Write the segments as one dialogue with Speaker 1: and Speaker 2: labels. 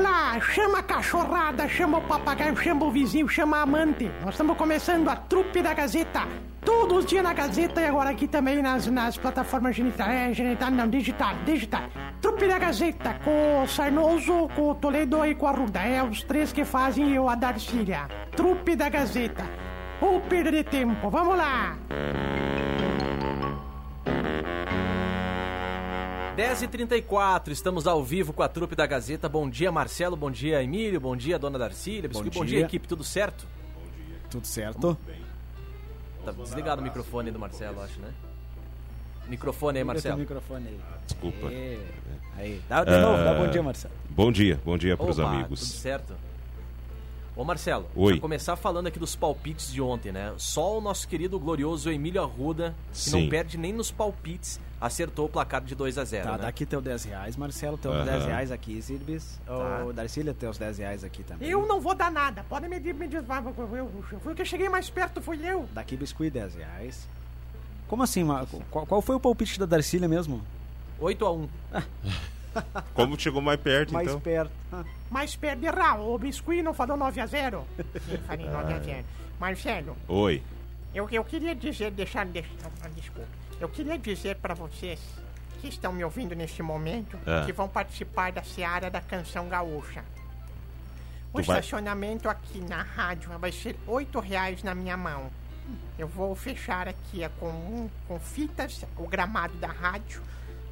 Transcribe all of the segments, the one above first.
Speaker 1: lá, chama a cachorrada, chama o papagaio, chama o vizinho, chama a amante. Nós estamos começando a trupe da Gazeta. Todos os dias na Gazeta e agora aqui também nas, nas plataformas genital, é, genital não, digital, digital. Trupe da Gazeta, com o Sarnoso, com o Toledo e com a Ruda. É os três que fazem eu a Darcília. Trupe da Gazeta. Ou perda de tempo, vamos lá!
Speaker 2: 10h34, estamos ao vivo com a trupe da Gazeta. Bom dia, Marcelo. Bom dia, Emílio. Bom dia, dona Darcília. Bom, bom dia,
Speaker 3: dia.
Speaker 2: equipe. Tudo certo?
Speaker 3: Tudo certo?
Speaker 2: Tá desligado o microfone do Marcelo, acho, né? Microfone aí,
Speaker 3: Liga teu
Speaker 2: Marcelo.
Speaker 3: microfone aí.
Speaker 4: Desculpa.
Speaker 3: Ê, Aí, dá de novo, dá
Speaker 4: Ah.
Speaker 3: bom dia, Marcelo.
Speaker 4: Bom dia, bom dia pros
Speaker 2: Opa, Tudo
Speaker 4: amigos.
Speaker 2: certo? Ô Marcelo,
Speaker 4: Oi.
Speaker 2: pra começar falando aqui dos palpites de ontem, né? Só o nosso querido glorioso Emílio Arruda, que não
Speaker 4: Sim.
Speaker 2: perde nem nos palpites, acertou o placar de 2 a 0
Speaker 3: Tá,
Speaker 2: né?
Speaker 3: dá aqui teu 10 reais, Marcelo. Teus
Speaker 4: Aham.
Speaker 3: 10 reais aqui, Sirbis. Ô, Darcília, teus 10 reais aqui também.
Speaker 1: Eu não vou dar nada, podem me, me desvar. Foi o que cheguei mais perto, fui eu.
Speaker 3: Daqui biscuit 10 reais. Como assim, Marco? Qual, qual foi o palpite da Darcília mesmo?
Speaker 2: 8 a 1
Speaker 4: Como chegou mais perto,
Speaker 3: Mais
Speaker 4: então?
Speaker 3: perto. Ah,
Speaker 1: Mas perderá. O Biscuit não falou 9x0? Sim, falei
Speaker 4: Ah.
Speaker 1: 9x0. Marcelo,
Speaker 4: Oi.
Speaker 1: eu, eu queria dizer, deixar. deixa- ah, Desculpa. Eu queria dizer pra vocês que estão me ouvindo neste momento
Speaker 4: Ah.
Speaker 1: que vão participar da seara da canção gaúcha. O
Speaker 4: Tu vai-
Speaker 1: estacionamento aqui na rádio vai ser R$ reais na minha mão. Eu vou fechar aqui é, com, um- com fitas o gramado da rádio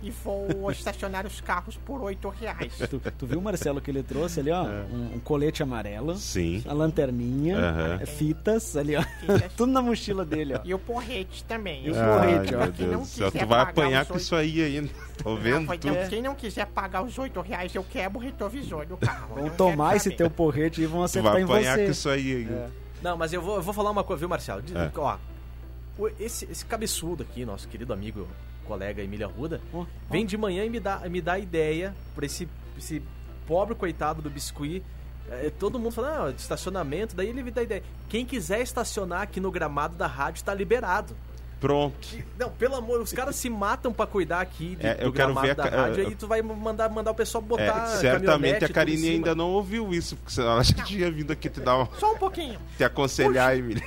Speaker 1: e vou estacionar os carros por R$ reais.
Speaker 3: Tu, tu viu, Marcelo, que ele trouxe ali, ó? Um, um colete amarelo.
Speaker 4: É. Sim.
Speaker 3: A lanterninha,
Speaker 4: Aham.
Speaker 3: eh, fitas ali, ó.
Speaker 1: Fitas.
Speaker 3: Tudo na mochila dele, ó.
Speaker 1: E o porrete também.
Speaker 3: E o
Speaker 1: Esse
Speaker 3: porrete,
Speaker 1: porrete,
Speaker 3: ó.
Speaker 1: pra
Speaker 4: meu
Speaker 1: quem não
Speaker 4: Deus do céu,
Speaker 1: quiser
Speaker 4: tu vai
Speaker 1: pagar
Speaker 4: apanhar
Speaker 1: os
Speaker 4: com
Speaker 1: oito-
Speaker 4: isso aí ainda. Tô
Speaker 1: Não,
Speaker 4: vendo
Speaker 1: vai-
Speaker 4: tu.
Speaker 1: não, Quem não quiser pagar os 8 reais, eu quebro o retrovisor do carro. Eu
Speaker 3: Vão
Speaker 1: não
Speaker 3: tomar
Speaker 1: quero
Speaker 3: esse
Speaker 1: saber.
Speaker 3: teu porrete e vão
Speaker 4: Tu
Speaker 3: acertar tá
Speaker 4: vai
Speaker 3: em
Speaker 4: apanhar com
Speaker 3: você.
Speaker 4: isso aí ainda.
Speaker 2: Não, mas eu vou, eu vou falar uma coisa, viu, Marcelo? De-
Speaker 4: É.
Speaker 2: Ó, o- esse, esse cabeçudo aqui, nosso querido amigo, colega Emílio Arruda,
Speaker 3: Ó, ó.
Speaker 2: vem de manhã e me dá, me dá ideia pra esse, esse pobre coitado do biscuit. É, todo mundo fala, ah, de estacionamento, daí ele me dá ideia. Quem quiser estacionar aqui no gramado da rádio tá liberado.
Speaker 4: Pronto.
Speaker 2: E- Não, pelo amor, os caras se matam pra cuidar aqui de,
Speaker 4: É,
Speaker 2: do
Speaker 4: eu quero
Speaker 2: gramado
Speaker 4: ver a
Speaker 2: da
Speaker 4: ca-
Speaker 2: rádio,
Speaker 4: é,
Speaker 2: aí tu vai mandar, mandar o pessoal botar
Speaker 4: É,
Speaker 2: tá caminhonete,
Speaker 4: certamente a
Speaker 2: tudo em
Speaker 4: Karine
Speaker 2: cima.
Speaker 4: ainda não ouviu isso, porque senão ela já tinha vindo aqui te dar uma-
Speaker 1: Só um pouquinho.
Speaker 4: te aconselhar, Emílio.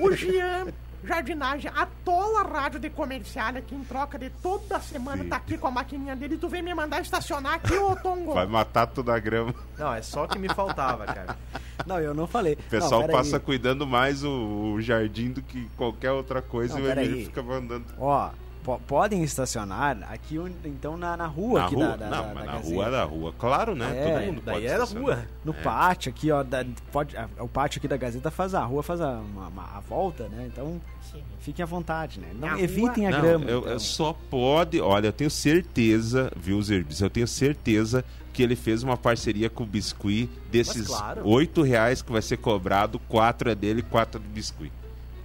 Speaker 1: O Jean Jardinagem atola a rádio de comercial aqui em troca de toda semana.
Speaker 4: Sim.
Speaker 1: Tá aqui com a maquininha dele. Tu vem me mandar estacionar aqui, ô Tongo.
Speaker 4: Vai matar toda a grama.
Speaker 2: Não, é só o que me faltava, cara.
Speaker 3: Não, eu não falei.
Speaker 4: O pessoal
Speaker 3: não, peraí.
Speaker 4: passa cuidando mais o, o jardim do que qualquer outra coisa
Speaker 3: Não,
Speaker 4: e o Emílio
Speaker 3: peraí.
Speaker 4: fica mandando.
Speaker 3: Ó, po- podem estacionar aqui, on- então, na, na rua
Speaker 4: na
Speaker 3: aqui
Speaker 4: rua?
Speaker 3: da, da,
Speaker 4: não,
Speaker 3: da-
Speaker 4: mas
Speaker 3: da
Speaker 4: na
Speaker 3: Gazeta.
Speaker 4: rua, é. na rua. Claro, né?
Speaker 3: É,
Speaker 4: Todo mundo
Speaker 2: Daí
Speaker 4: pode
Speaker 2: era
Speaker 4: estacionar.
Speaker 2: rua.
Speaker 3: No pátio aqui, ó. da- pode, a- o pátio aqui da Gazeta faz a rua, faz a, uma, uma- a volta, né? Então,
Speaker 1: Sim.
Speaker 3: fiquem à vontade, né? Não
Speaker 1: Na
Speaker 3: evitem a
Speaker 4: Não,
Speaker 3: grama.
Speaker 4: eu-
Speaker 3: então.
Speaker 4: eu só pode. Olha, eu tenho certeza, viu, Zerbis? Eu tenho certeza que ele fez uma parceria com o Biscuit desses
Speaker 2: Mas claro.
Speaker 4: oito reais que vai ser cobrado, quatro é dele, quatro é do Biscuit.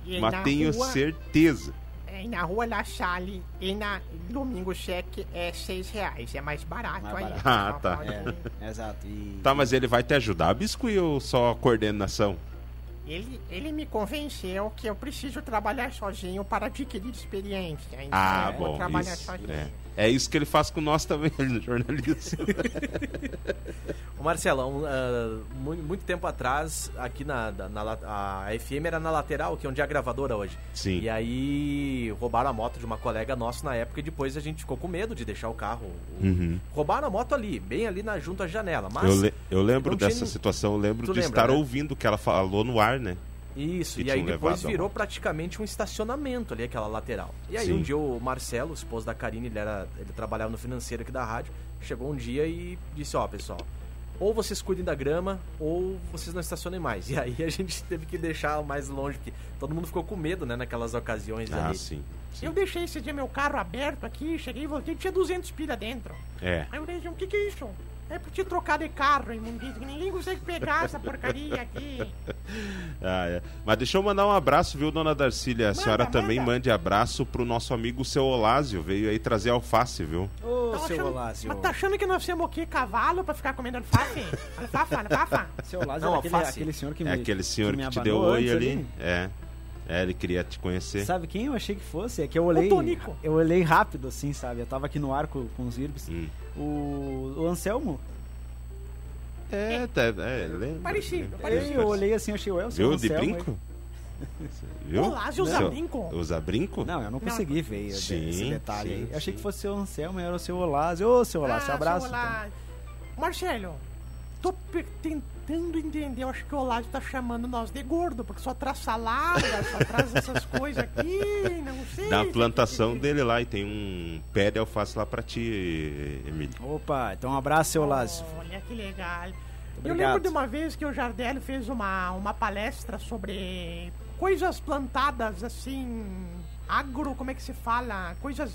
Speaker 1: E na
Speaker 4: Mas tenho
Speaker 1: rua-
Speaker 4: certeza.
Speaker 1: é, na rua La Salle e na Domingo Cheque é 6 reais. É mais barato
Speaker 3: Mais
Speaker 1: ainda.
Speaker 4: barato. Ah,
Speaker 1: Só
Speaker 4: tá.
Speaker 1: pode-
Speaker 3: É, exato. E...
Speaker 4: Tá, mas ele vai te ajudar, Biscuit, ou só a coordenação?
Speaker 1: Ele, ele me convenceu que eu preciso trabalhar sozinho para adquirir experiência. Então
Speaker 2: É,
Speaker 4: Ah,
Speaker 1: eu vou
Speaker 4: bom.
Speaker 1: trabalhar
Speaker 4: Isso,
Speaker 1: sozinho.
Speaker 4: é. é isso que ele faz com nós também, é no jornalismo.
Speaker 2: Ô, Marcelo, um, ah, mu- muito tempo atrás, aqui na, da- na la- a FM era na lateral, que é onde é a gravadora hoje.
Speaker 4: Sim.
Speaker 2: E aí roubaram a moto de uma colega nossa na época e depois a gente ficou com medo de deixar o carro. O-
Speaker 4: Uhum.
Speaker 2: Roubaram a moto ali, bem ali na, junto à janela. Mas.
Speaker 4: Eu, le- eu lembro
Speaker 2: não tinha
Speaker 4: dessa
Speaker 2: ni-
Speaker 4: situação, eu lembro
Speaker 2: Tu
Speaker 4: de
Speaker 2: lembra,
Speaker 4: estar
Speaker 2: né?
Speaker 4: ouvindo o que ela falou no ar, né?
Speaker 2: Isso,
Speaker 4: E
Speaker 2: e aí
Speaker 4: tinham
Speaker 2: depois
Speaker 4: levado a
Speaker 2: virou
Speaker 4: moto.
Speaker 2: praticamente um estacionamento ali, aquela lateral. E aí
Speaker 4: Sim.
Speaker 2: um dia o Marcelo, o esposo da Karine, ele, era, ele trabalhava no financeiro aqui da rádio, chegou um dia e disse, ó, pessoal, ou vocês cuidem da grama, ou vocês não estacionem mais. E aí a gente teve que deixar mais longe, porque todo mundo ficou com medo, né, naquelas ocasiões
Speaker 4: Ah,
Speaker 2: ali.
Speaker 4: sim.
Speaker 1: Eu deixei esse dia meu carro aberto aqui, cheguei e voltei, tinha 200 pila dentro.
Speaker 4: É.
Speaker 1: Aí eu disse, o que que é isso? É pra te trocar de carro, imundício, que ninguém consegue pegar essa porcaria aqui. Então,
Speaker 4: Ah, é. Mas deixa eu mandar um abraço, viu, dona Darcília? A senhora também
Speaker 1: manda.
Speaker 4: mande abraço pro nosso amigo seu Olásio. Veio aí trazer alface, viu?
Speaker 3: Ô,
Speaker 1: Tá
Speaker 3: seu
Speaker 1: achando-
Speaker 3: Olásio.
Speaker 1: Mas tá achando que nós temos o quê? Cavalo pra ficar comendo alface? Alfafa, alfafa.
Speaker 3: Seu Olásio
Speaker 2: Não,
Speaker 3: é aquele,
Speaker 2: alface.
Speaker 3: aquele senhor que me
Speaker 4: É aquele senhor que,
Speaker 3: me
Speaker 4: te deu
Speaker 3: abanou
Speaker 4: oi
Speaker 3: antes né?
Speaker 4: ali. É. É, ele queria te conhecer.
Speaker 3: Sabe quem eu achei que fosse? É que eu olhei.
Speaker 1: Tonico.
Speaker 3: Eu olhei rápido, assim, sabe? Eu tava aqui no arco com os Irbis.
Speaker 4: Hum.
Speaker 3: O, o Anselmo.
Speaker 4: É, tá, é, lembra.
Speaker 1: Parecido,
Speaker 4: lembra.
Speaker 1: parecido.
Speaker 4: É,
Speaker 3: Eu olhei assim, achei, ué, o seu
Speaker 4: Viu de
Speaker 3: Anselmo,
Speaker 4: brinco? Viu?
Speaker 1: O Lázio usa
Speaker 4: Seu-
Speaker 1: brinco.
Speaker 4: Usa brinco?
Speaker 3: aí. Não, eu não consegui ver esse-
Speaker 4: Sim,
Speaker 3: esse detalhe aí.
Speaker 4: sim,
Speaker 3: Achei
Speaker 4: sim.
Speaker 3: que fosse o Anselmo, era o seu Olásio. Ô,
Speaker 1: Ah,
Speaker 3: seu Olásio, abraço. então.
Speaker 1: Olá. Marcelo, tô pe- tentando entender. Eu acho que o Olávio tá chamando nós de gordo, porque só traz salada, só traz essas coisas aqui, não sei.
Speaker 4: Da plantação dele lá e tem um pé de alface lá pra ti, Emílio.
Speaker 3: Opa, então um abraço, seu Olásio.
Speaker 1: Olha que legal. Eu
Speaker 3: Obrigado.
Speaker 1: lembro de uma vez que o Jardelli fez uma, uma palestra sobre coisas plantadas, assim, agro, como é que se fala? Coisas,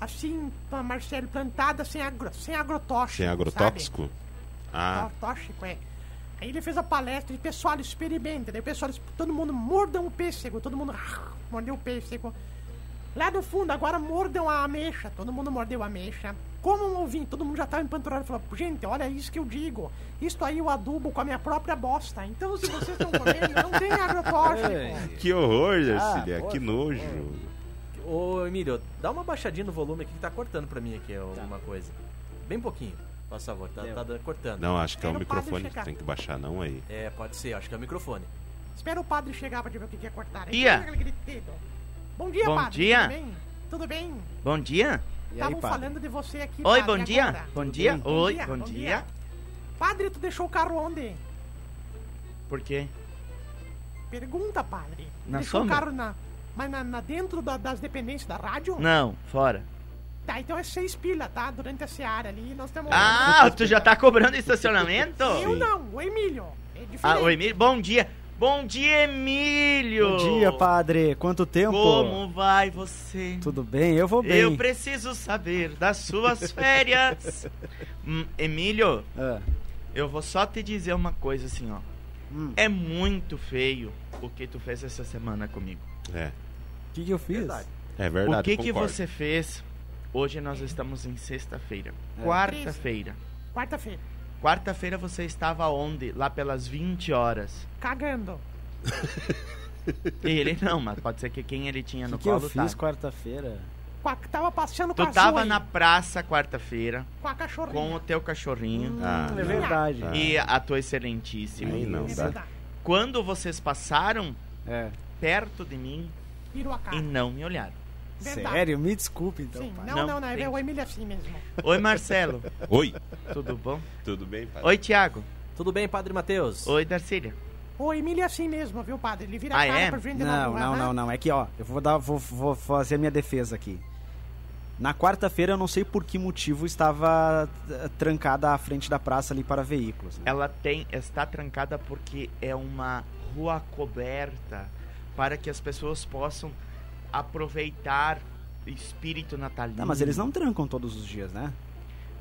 Speaker 1: assim, pa- Marcelo, plantadas sem, agro, sem agrotóxico.
Speaker 4: Sem agrotóxico? Ah,
Speaker 1: Tóxico, é. Aí ele fez a palestra e pessoal experimenta. Daí o pessoal, todo mundo mordam o pêssego, todo mundo mordeu o pêssego. Lá do fundo, agora mordam a ameixa, todo mundo mordeu a ameixa. Como um ouvinte, todo mundo já tava empanturado falou, gente, olha isso que eu digo. Isto aí eu adubo com a minha própria bosta. Então se vocês estão comendo, não tem agrotóxico.
Speaker 4: que horror,
Speaker 3: Ah,
Speaker 4: Darcília,
Speaker 3: poxa,
Speaker 4: que nojo.
Speaker 2: Ô, Emílio, dá uma baixadinha no volume aqui que tá cortando pra mim aqui alguma coisa. Bem pouquinho, por favor, tá,
Speaker 3: Deu.
Speaker 2: tá dando- cortando.
Speaker 4: Não, acho que é o
Speaker 1: Quero
Speaker 4: microfone
Speaker 1: quase
Speaker 4: que
Speaker 1: chegar.
Speaker 4: tem que baixar, não aí.
Speaker 2: É, pode ser, acho que é o microfone.
Speaker 1: Espera o padre chegar pra ver o que que é cortar. Aí
Speaker 5: Dia.
Speaker 1: fica aquele griteiro. Bom dia,
Speaker 5: Bom
Speaker 1: padre.
Speaker 5: dia.
Speaker 1: Tudo bem? Tudo bem?
Speaker 5: Bom dia.
Speaker 3: E aí,
Speaker 1: Estavam
Speaker 3: padre?
Speaker 1: falando de você aqui,
Speaker 5: Oi,
Speaker 1: padre,
Speaker 5: bom dia.
Speaker 1: agora.
Speaker 5: Bom dia.
Speaker 1: Bom
Speaker 5: Oi,
Speaker 1: dia,
Speaker 5: bom
Speaker 1: bom
Speaker 5: dia.
Speaker 1: dia. Padre, tu deixou o carro onde?
Speaker 5: Por quê?
Speaker 1: Pergunta, padre.
Speaker 5: Na
Speaker 1: Deixou
Speaker 5: sombra?
Speaker 1: o carro na. Mas na, na dentro da- das dependências da rádio?
Speaker 5: Não, fora.
Speaker 1: Tá, então é seis pila, tá? Durante a seara ali, nós estamos.
Speaker 5: Ah, tu já tá cobrando estacionamento?
Speaker 1: Eu
Speaker 4: sim.
Speaker 1: não, o Emílio. É diferente.
Speaker 5: Ah, o Emílio. Bom dia. Bom dia, Emílio.
Speaker 3: Bom dia, padre. Quanto tempo?
Speaker 5: Como vai você?
Speaker 3: Tudo bem? Eu vou bem.
Speaker 5: Eu preciso saber das suas férias. Hum, Emílio,
Speaker 3: Ah,
Speaker 5: eu vou só te dizer uma coisa assim, ó.
Speaker 3: hum.
Speaker 5: É muito feio o que tu fez essa semana comigo.
Speaker 4: É,
Speaker 3: O que, que eu fiz?
Speaker 2: Verdade.
Speaker 4: é verdade,
Speaker 5: o que que
Speaker 4: concordo.
Speaker 5: você fez? Hoje nós estamos em sexta-feira.
Speaker 3: É.
Speaker 5: Quarta-feira.
Speaker 1: Quarta-feira.
Speaker 5: Quarta-feira você estava onde? Lá pelas 20 horas.
Speaker 1: Cagando.
Speaker 5: Ele não, mas pode ser que quem ele tinha
Speaker 3: O
Speaker 5: no
Speaker 3: que, que eu
Speaker 5: colo
Speaker 3: fiz
Speaker 5: tá.
Speaker 3: quarta-feira?
Speaker 1: Com a- tava passeando com
Speaker 5: Tu
Speaker 1: a
Speaker 5: tava
Speaker 1: Zoe,
Speaker 5: na praça quarta-feira
Speaker 1: Com a cachorrinha.
Speaker 5: com o teu cachorrinho
Speaker 4: Ah,
Speaker 3: é
Speaker 4: não.
Speaker 3: verdade.
Speaker 4: Ah.
Speaker 5: e a tua excelentíssima.
Speaker 4: Aí não
Speaker 1: É
Speaker 4: dá.
Speaker 1: verdade.
Speaker 5: Quando vocês passaram
Speaker 3: É.
Speaker 5: perto de mim
Speaker 1: Virou a cara.
Speaker 3: Ah.
Speaker 5: e não me olharam.
Speaker 1: Verdade.
Speaker 3: Sério? Me desculpe então,
Speaker 1: Sim,
Speaker 3: padre.
Speaker 1: não, não,
Speaker 5: Não,
Speaker 1: não, é
Speaker 5: tem-
Speaker 1: o Emílio é assim mesmo.
Speaker 5: Oi, Marcelo.
Speaker 4: Oi,
Speaker 5: Tudo bom?
Speaker 4: tudo bem, padre?
Speaker 5: Oi, Tiago.
Speaker 2: Tudo bem, Padre Matheus?
Speaker 5: Oi, Darcília.
Speaker 1: O Emílio é assim mesmo, viu, padre? Ele vira
Speaker 5: Ah,
Speaker 1: a cara
Speaker 5: é?
Speaker 1: pra gente
Speaker 3: Não,
Speaker 1: rua,
Speaker 3: não,
Speaker 1: né?
Speaker 3: não, não. É que, ó, eu vou, dar, vou, vou fazer a minha defesa aqui. Na quarta-feira, eu não sei por que motivo, estava eh, trancada à frente da praça ali para veículos. né?
Speaker 5: Ela tem está trancada porque é uma rua coberta para que as pessoas possam aproveitar o espírito natalino.
Speaker 3: Não, mas eles não trancam todos os dias, né?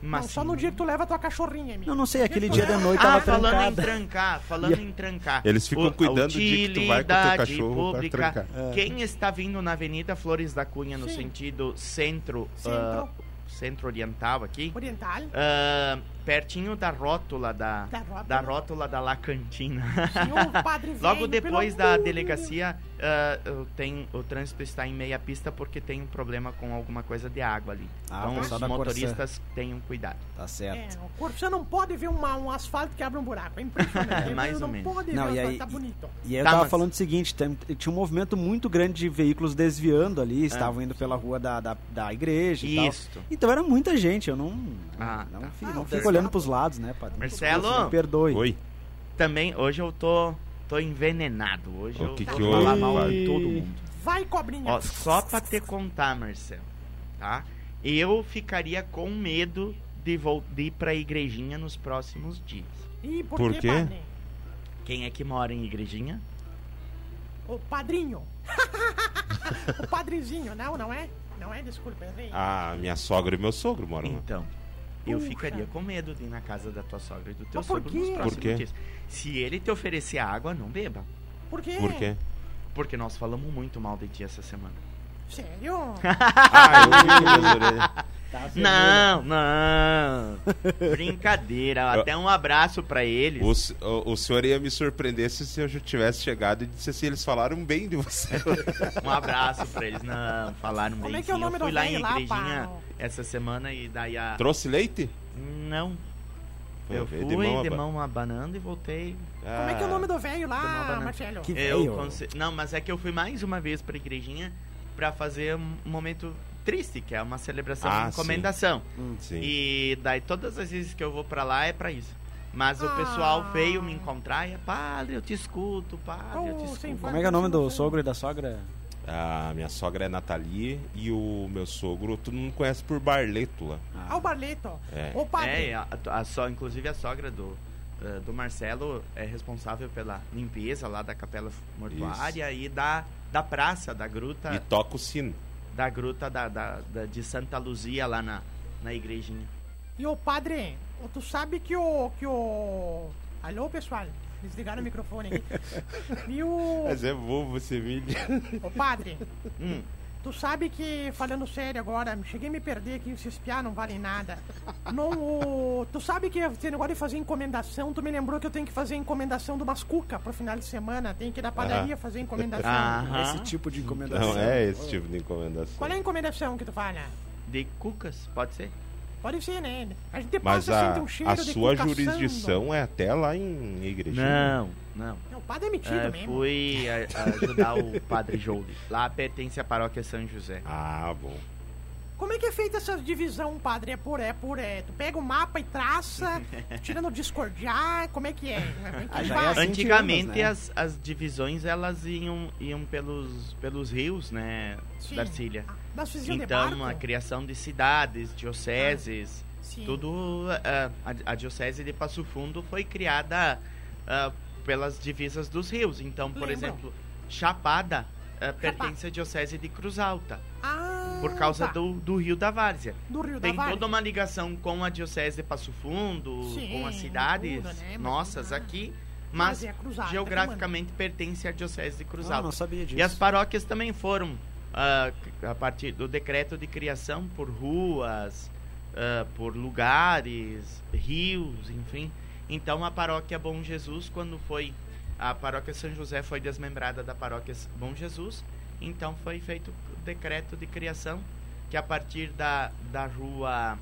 Speaker 1: Não,
Speaker 5: Mas
Speaker 1: só no dia que tu leva tua cachorrinha, Emílio.
Speaker 3: Não, não sei, aquele
Speaker 1: Ele
Speaker 3: dia da noite
Speaker 5: Ah,
Speaker 3: tava
Speaker 5: falando em
Speaker 3: trancada.
Speaker 5: trancar, falando em trancar.
Speaker 4: Eles ficam
Speaker 5: O- a
Speaker 4: cuidando de que tu vai com o teu
Speaker 5: utilidade
Speaker 4: cachorro pra
Speaker 5: pública.
Speaker 4: trancar.
Speaker 5: Quem está vindo na Avenida Flores da Cunha, no
Speaker 1: Sim.
Speaker 5: sentido centro,
Speaker 1: Centro.
Speaker 5: ah, centro-oriental aqui,
Speaker 1: Oriental.
Speaker 5: ah, pertinho da rótula da,
Speaker 1: Da rótula.
Speaker 5: da rótula da Lacantina.
Speaker 1: Senhor padre
Speaker 5: Logo
Speaker 1: velho,
Speaker 5: depois
Speaker 1: pelo
Speaker 5: da
Speaker 1: amor de
Speaker 5: delegacia, ah, eu tenho- o trânsito está em meia pista porque tem um problema com alguma coisa de água ali.
Speaker 3: Ah, o
Speaker 4: tá.
Speaker 5: então os
Speaker 3: pessoal da Corsã.
Speaker 5: motoristas tenham cuidado.
Speaker 3: Tá
Speaker 1: É,
Speaker 3: certo.
Speaker 1: o corpo você não pode ver uma- um asfalto que abre um buraco. É impressionante.
Speaker 5: Mais
Speaker 1: Ele
Speaker 5: ou
Speaker 1: não
Speaker 5: menos.
Speaker 1: pode
Speaker 3: Não,
Speaker 1: ver o
Speaker 3: e
Speaker 1: asfalto,
Speaker 3: aí-
Speaker 1: tá bonito.
Speaker 3: E eu
Speaker 5: Tá,
Speaker 3: tava
Speaker 5: mas-
Speaker 3: falando o seguinte, tem- tinha um movimento muito grande de veículos desviando
Speaker 5: É.
Speaker 3: ali, estavam indo pela rua da, da, da igreja e tal.
Speaker 5: Isto.
Speaker 3: Então era muita gente, eu não,
Speaker 5: Ah,
Speaker 3: não,
Speaker 1: Ah,
Speaker 3: fico, não
Speaker 5: tá.
Speaker 1: o
Speaker 3: fico
Speaker 1: Marcelo-
Speaker 3: olhando pros lados, né, padre?
Speaker 5: Marcelo!
Speaker 3: Me perdoe.
Speaker 4: Oi,
Speaker 5: Também, hoje eu tô, tô envenenado. Hoje
Speaker 4: O
Speaker 5: eu
Speaker 4: que
Speaker 5: vou
Speaker 4: que
Speaker 5: falar
Speaker 4: houve,
Speaker 5: mal
Speaker 4: Fábio?
Speaker 5: de todo mundo.
Speaker 1: Vai, cobrinha.
Speaker 5: Ó, só pra te contar, Marcelo, tá? Eu ficaria com medo de, vol- de ir pra igrejinha nos próximos dias.
Speaker 1: Ih, por,
Speaker 4: por
Speaker 1: quê,
Speaker 4: quê?
Speaker 1: padre?
Speaker 5: Quem é que mora em igrejinha?
Speaker 1: O padrinho. o padrezinho, não, não é? Não é? Desculpa, errei.
Speaker 4: a
Speaker 5: Ah,
Speaker 4: Ah, minha sogra e meu sogro moram lá.
Speaker 5: Então, eu
Speaker 1: Puxa.
Speaker 5: ficaria com medo de ir na casa da tua sogra e do teu
Speaker 1: Mas por
Speaker 5: sogro
Speaker 1: quê?
Speaker 5: nos próximos
Speaker 4: Por quê?
Speaker 5: dias. Se ele te oferecer água, não beba.
Speaker 1: Por
Speaker 5: É.
Speaker 1: quê?
Speaker 4: Por quê?
Speaker 5: Porque nós falamos muito mal de ti essa semana.
Speaker 1: Sério?
Speaker 4: Ah, eu fico nas orelhas.
Speaker 5: Não, não. Brincadeira.
Speaker 4: Eu-
Speaker 5: Até um abraço pra eles.
Speaker 4: O, s- o- o senhor ia me surpreender se eu já tivesse chegado e disse assim, eles falaram bem de você.
Speaker 5: Um abraço pra eles. Não, falaram bem.
Speaker 1: Como é que é o
Speaker 5: sim.
Speaker 1: nome
Speaker 5: eu fui
Speaker 1: do
Speaker 5: lá
Speaker 1: velho
Speaker 5: em
Speaker 1: lá,
Speaker 5: igrejinha
Speaker 1: pau?
Speaker 5: essa semana e daí a.
Speaker 4: Trouxe leite?
Speaker 5: Não.
Speaker 4: Pô,
Speaker 5: eu
Speaker 4: veio
Speaker 5: fui,
Speaker 4: de mão a
Speaker 5: de
Speaker 4: ba-
Speaker 5: mão abanando e voltei.
Speaker 1: Como é que é o
Speaker 4: Ah,
Speaker 1: nome do velho
Speaker 5: Deu uma
Speaker 1: lá,
Speaker 5: banana.
Speaker 1: Marcelo?
Speaker 3: Que
Speaker 5: Eu
Speaker 3: veio.
Speaker 5: conse- É, Não, mas é que eu fui mais uma vez pra igrejinha pra fazer um momento triste, que é uma celebração
Speaker 4: Ah,
Speaker 5: de encomendação.
Speaker 4: Sim.
Speaker 5: E daí todas as vezes que eu vou pra lá é pra isso. Mas o
Speaker 1: Ah.
Speaker 5: pessoal veio me encontrar e é, padre, eu te escuto, padre, eu te
Speaker 1: Oh, sem
Speaker 5: escuto.
Speaker 3: Como é que é o nome do sogro e da sogra?
Speaker 4: A minha sogra é Nathalie e o meu sogro, todo mundo conhece por Barleto lá.
Speaker 1: Ah, o Barleto.
Speaker 4: É.
Speaker 1: Ô, padre.
Speaker 5: É, a, a so- inclusive a sogra do, eh, do Marcelo é responsável pela limpeza lá da capela mortuária e da, da praça, da gruta,
Speaker 4: E toca o sino.
Speaker 5: da gruta da, da- da- de Santa Luzia lá na, na igrejinha.
Speaker 1: E o padre, ô, tu sabe que o. que o. Alô, pessoal? Desligaram o microfone aqui. E o.
Speaker 4: Mas é bobo você me.
Speaker 1: Ô padre,
Speaker 5: Hum,
Speaker 1: tu sabe que, falando sério agora, cheguei a me perder aqui, esses piá não valem nada. Não, o- tu sabe que esse negócio de fazer encomendação, tu me lembrou que eu tenho que fazer encomendação de umas cuca pro final de semana, tem
Speaker 4: Ah.
Speaker 1: que ir na padaria fazer encomendação.
Speaker 5: aham.
Speaker 3: Esse tipo de encomendação.
Speaker 4: Não, é esse tipo de encomendação.
Speaker 1: Qual é a encomendação que tu fala?
Speaker 5: De cucas, pode ser?
Speaker 1: Pode ser, né? A gente
Speaker 4: Mas
Speaker 1: passa
Speaker 4: a,
Speaker 1: assim, um cheiro
Speaker 4: a
Speaker 1: de
Speaker 4: sua
Speaker 1: cuca assando.
Speaker 4: jurisdição é até lá em Igrejinha.
Speaker 5: Não, não.
Speaker 1: Não, o padre é metido
Speaker 5: Eh,
Speaker 1: mesmo.
Speaker 5: fui
Speaker 1: né?
Speaker 5: eh, ajudar o padre Joule. Lá pertence à paróquia São José.
Speaker 4: Ah, bom.
Speaker 1: Como é que é feita essa divisão, padre? É por é, por é. Tu pega o mapa e traça, tirando discordiar, como é que é? Como é que
Speaker 3: Ah, já é
Speaker 1: faz?
Speaker 3: assim. 20
Speaker 5: Antigamente
Speaker 3: anos, né?
Speaker 5: as, as divisões elas iam, iam pelos, pelos rios, né,
Speaker 1: Sim.
Speaker 5: Darcília?
Speaker 1: Ah, Nós fizemos de
Speaker 5: Então a
Speaker 1: barco?
Speaker 5: criação de cidades, dioceses,
Speaker 1: Sim.
Speaker 5: tudo ah, a, a diocese de Passo Fundo foi criada ah, pelas divisas dos rios. Então, por
Speaker 1: Lembro.
Speaker 5: exemplo, Chapada ah, pertence à diocese de Cruz Alta
Speaker 1: Ah,
Speaker 5: por causa
Speaker 1: tá.
Speaker 5: do, do Rio da Várzea.
Speaker 1: Do Rio
Speaker 5: Tem
Speaker 1: da Vale.
Speaker 5: toda uma ligação com a diocese de Passo Fundo,
Speaker 1: Sim,
Speaker 5: com as cidades
Speaker 1: tudo, né? Mas-
Speaker 5: nossas
Speaker 1: ah.
Speaker 5: aqui,
Speaker 1: Mas
Speaker 5: mas
Speaker 1: é cruzada,
Speaker 5: geograficamente pertence à diocese de Cruz
Speaker 3: Não,
Speaker 5: Alta.
Speaker 3: Ah, não sabia disso.
Speaker 5: E as paróquias também foram, ah, a partir do decreto de criação, por ruas, ah, por lugares, rios, enfim. Então a paróquia Bom Jesus, quando foi. A paróquia São José foi desmembrada da paróquia S- Bom Jesus, então foi feito o decreto de criação, que a partir da, da rua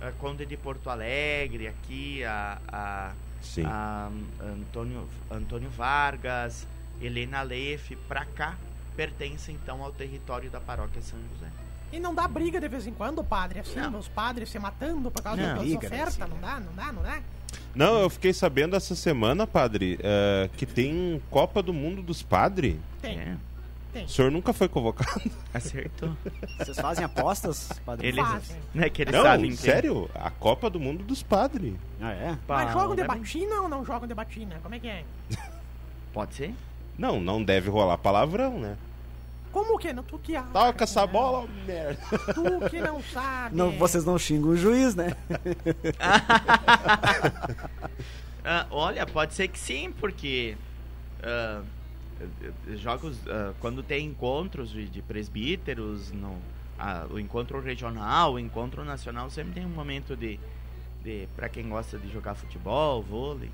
Speaker 5: ah, Conde de Porto Alegre, aqui, a- a
Speaker 4: Sim.
Speaker 1: Ah.
Speaker 5: a Ah, Antônio, Antônio Vargas, Helena Leff, pra cá, pertence então ao território da paróquia São José.
Speaker 1: E não dá briga de vez em quando, padre? Assim,
Speaker 5: Não.
Speaker 1: os padres se matando por causa
Speaker 3: Não,
Speaker 1: da
Speaker 3: briga,
Speaker 1: oferta?
Speaker 3: Darcy.
Speaker 1: Não dá, não dá, não dá?
Speaker 4: Não, eu fiquei sabendo essa semana, padre, eh, que tem Copa do Mundo dos Padres.
Speaker 1: Tem.
Speaker 4: É. O senhor nunca foi convocado?
Speaker 5: acertou.
Speaker 3: Vocês fazem apostas, padre?
Speaker 5: Eles,
Speaker 1: Fazem.
Speaker 5: né, que eles
Speaker 4: não,
Speaker 5: sabem que-
Speaker 4: sério? A Copa do Mundo dos Padres.
Speaker 3: Ah, é?
Speaker 5: Pá,
Speaker 1: Mas jogam de
Speaker 5: né?
Speaker 1: batina ou não jogam de batina? Como é que é?
Speaker 5: Pode ser?
Speaker 4: Não, não deve rolar palavrão, né?
Speaker 1: Como que? Não, tu que acha,
Speaker 4: Toca essa
Speaker 1: né?
Speaker 4: bola, merda.
Speaker 1: Tu que não sabe.
Speaker 3: Não, vocês não xingam o juiz, né?
Speaker 5: Ah, olha, pode ser que sim, porque ah, jogos ah, quando tem encontros de, de presbíteros, no, ah, o encontro regional, o encontro nacional sempre tem um momento de, de para quem gosta de jogar futebol, vôlei.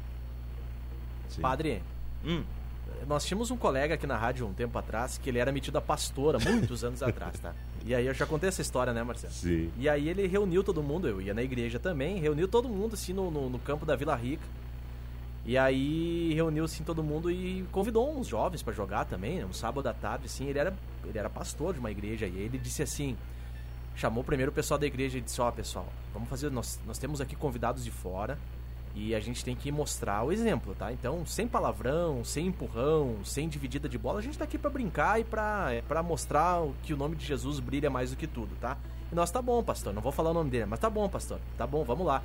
Speaker 4: Sim.
Speaker 2: Padre,
Speaker 5: Hum.
Speaker 2: nós tínhamos um colega aqui na rádio um tempo atrás que ele era metido a pastora, muitos anos atrás, tá? E aí eu já contei essa história, né, Marcelo?
Speaker 4: Sim.
Speaker 2: E aí ele reuniu todo mundo, eu ia na igreja também, reuniu todo mundo assim no, no, no campo da Vila Rica. E aí reuniu assim todo mundo e convidou uns jovens pra jogar também, né, um sábado à tarde assim, ele era ele era pastor de uma igreja e ele disse assim, chamou primeiro o pessoal da igreja e disse: "Ó, pessoal, vamos fazer nós nós temos aqui convidados de fora e a gente tem que mostrar o exemplo, tá? Então, sem palavrão, sem empurrão, sem dividida de bola, a gente tá aqui pra brincar e pra, é, pra mostrar o- que o nome de Jesus brilha mais do que tudo, tá? E nós, tá bom, pastor, não vou falar o nome dele, mas tá bom, pastor, tá bom, vamos lá.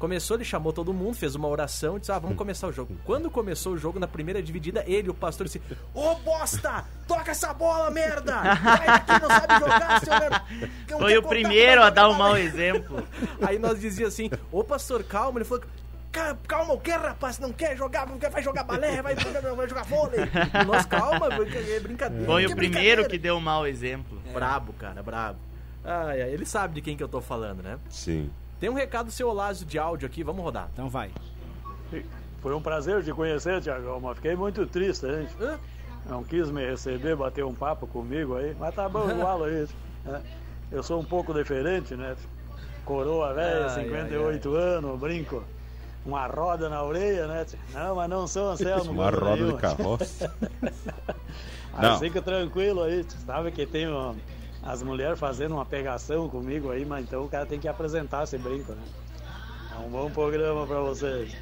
Speaker 2: Começou, ele chamou todo mundo, fez uma oração e disse: Ah, vamos começar o jogo. Quando começou o jogo, na primeira dividida, ele, o pastor, disse: Ô bosta, toca essa bola, merda! Vai daqui, não sabe jogar, seu merda! Não
Speaker 5: Foi
Speaker 2: quer
Speaker 5: o
Speaker 2: contar
Speaker 5: primeiro
Speaker 2: com
Speaker 5: a dar um
Speaker 2: bola."
Speaker 5: mau exemplo.
Speaker 2: Aí nós dizia assim, ô pastor, calma. Ele falou, "Ca- calma, o que, rapaz? Não quer jogar? Não quer, vai jogar balé, vai, jogar- vai jogar vôlei. E nós, calma, é brincadeira.
Speaker 5: Foi
Speaker 2: que
Speaker 5: o primeiro
Speaker 2: brincadeira."
Speaker 5: que deu um mau exemplo.
Speaker 2: Brabo, cara, brabo. Ai, ai, ele sabe de quem que eu tô falando, né?
Speaker 4: Sim.
Speaker 2: Tem um recado seu Olásio de áudio aqui, vamos rodar.
Speaker 3: Então vai.
Speaker 6: Foi um prazer te conhecer, Tiagão, mas fiquei muito triste, hein?
Speaker 2: Hã?
Speaker 6: Não quis me receber, bater um papo comigo aí, mas tá bom igual aí. né? Eu sou um pouco diferente, né? Coroa velha,
Speaker 2: Ai,
Speaker 6: 58 anos, brinco. uma roda na orelha, né? tia? Não, mas não sou Anselmo.
Speaker 4: Uma
Speaker 6: coisa
Speaker 4: roda de
Speaker 6: nenhuma.
Speaker 4: carroça.
Speaker 6: Aí
Speaker 4: Não.
Speaker 6: fica tranquilo aí, tu sabe que tem ó, as mulheres fazendo uma pegação comigo aí, mas então o cara tem que apresentar esse brinco, né? É um bom programa pra vocês.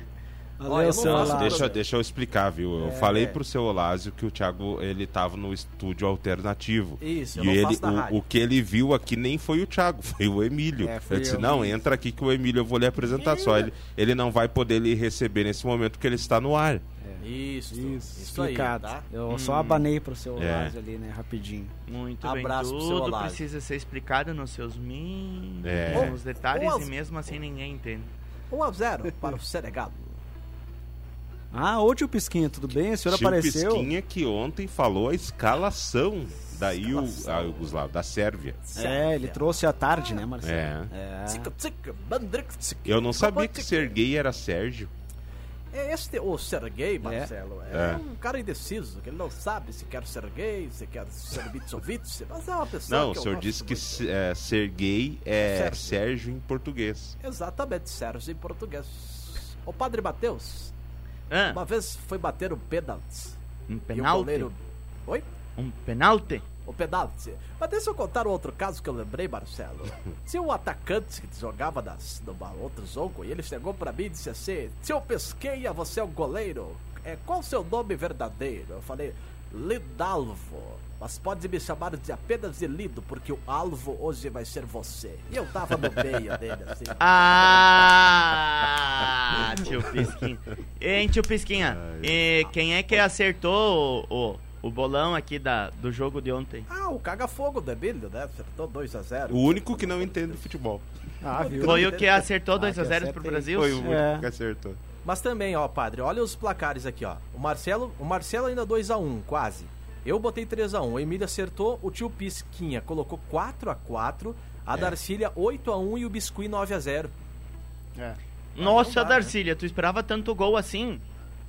Speaker 3: Valeu,
Speaker 2: Olha, eu não
Speaker 3: seu
Speaker 2: faço
Speaker 3: Olavo.
Speaker 4: Deixa, deixa eu explicar, viu?
Speaker 2: É.
Speaker 4: Eu falei pro seu Olásio que o Thiago ele tava no estúdio alternativo.
Speaker 2: Isso, eu
Speaker 4: e
Speaker 2: não
Speaker 4: ele,
Speaker 2: faço na rádio.
Speaker 4: o, o que ele viu aqui nem foi o Thiago, foi o Emílio.
Speaker 3: É, fui
Speaker 4: eu disse,
Speaker 3: eu,
Speaker 4: não,
Speaker 3: isso.
Speaker 4: entra aqui que o Emílio eu vou lhe apresentar só. Ele, ele não vai poder lhe receber nesse momento porque ele está no ar.
Speaker 2: Isso, isso,
Speaker 3: É. Isso,
Speaker 2: aí,
Speaker 3: explicado.
Speaker 2: tá?
Speaker 3: Eu só abanei pro seu
Speaker 4: É.
Speaker 3: Olásio ali, né, rapidinho.
Speaker 5: Muito
Speaker 2: Abraço pro
Speaker 5: bem.
Speaker 2: seu
Speaker 5: Tudo
Speaker 2: Olavo.
Speaker 5: precisa ser explicado nos seus mínimos
Speaker 4: É.
Speaker 5: detalhes
Speaker 2: Ou-
Speaker 5: e mesmo assim ninguém entende.
Speaker 2: 1 a 0 para o Senegal.
Speaker 3: Ah, ô tio Pisquinha, tudo bem? O senhor
Speaker 4: Tio
Speaker 3: apareceu?
Speaker 4: Pisquinha que ontem falou a escalação da Iu- a Yugoslávia, da Sérvia.
Speaker 3: É, ele trouxe à tarde, né, Marcelo?
Speaker 4: É.
Speaker 2: Tsica, tsica, bandrica, tsica.
Speaker 4: Eu não sabia que
Speaker 2: Tsica.
Speaker 4: Serguei era Sérgio.
Speaker 2: É Este, o Sergei, Marcelo, é, um cara indeciso, que ele não sabe se quer Sergei, se quer Serbitsovic, mas é uma pessoa
Speaker 4: Não, o
Speaker 2: que eu
Speaker 4: senhor
Speaker 2: gosto
Speaker 4: disse que
Speaker 2: muito.
Speaker 4: se- é, Serguei é
Speaker 2: Sérgio.
Speaker 4: Sérgio. em português.
Speaker 2: Exatamente, Sérgio, em português. O padre Mateus,
Speaker 5: Ah,
Speaker 2: uma vez foi bater um pênalti.
Speaker 5: um
Speaker 2: E o
Speaker 5: penalti?
Speaker 2: goleiro... Oi?
Speaker 5: Um penalti?
Speaker 2: O penalti. Mas deixa eu contar um outro caso que eu lembrei, Marcelo. Tinha um atacante que jogava nas, numa outro jogo e ele chegou pra mim e disse assim: Tio Pesqueia, você é um goleiro. É, qual o seu nome verdadeiro? Eu falei: Lidalvo. Mas pode me chamar de apenas de Lido, porque o alvo hoje vai ser você. E eu tava no meio dele, assim.
Speaker 5: Ah, tio Pisquinha. Hein, tio Pisquinha? eh, quem é que acertou o, o, o bolão aqui da, do jogo de ontem?
Speaker 2: Ah, o caga-fogo do Emílio, né? Acertou 2x0.
Speaker 4: O único que não entende futebol.
Speaker 3: Ah, viu?
Speaker 5: Foi o que acertou
Speaker 3: Ah,
Speaker 5: 2x0
Speaker 3: que
Speaker 5: pro
Speaker 3: acertei.
Speaker 5: Brasil?
Speaker 4: Foi o único
Speaker 3: É.
Speaker 4: que acertou.
Speaker 2: Mas também, ó, padre, olha os placares aqui, ó. O Marcelo, o Marcelo ainda 2 a 1 quase. Eu botei 3 a 1 O Emílio acertou, o tio Pisquinha colocou 4 a 4 A
Speaker 5: É.
Speaker 2: Darcília 8 a 1 e o Biscuit 9 a 0
Speaker 5: Nossa, Darcília, tu esperava tanto gol assim?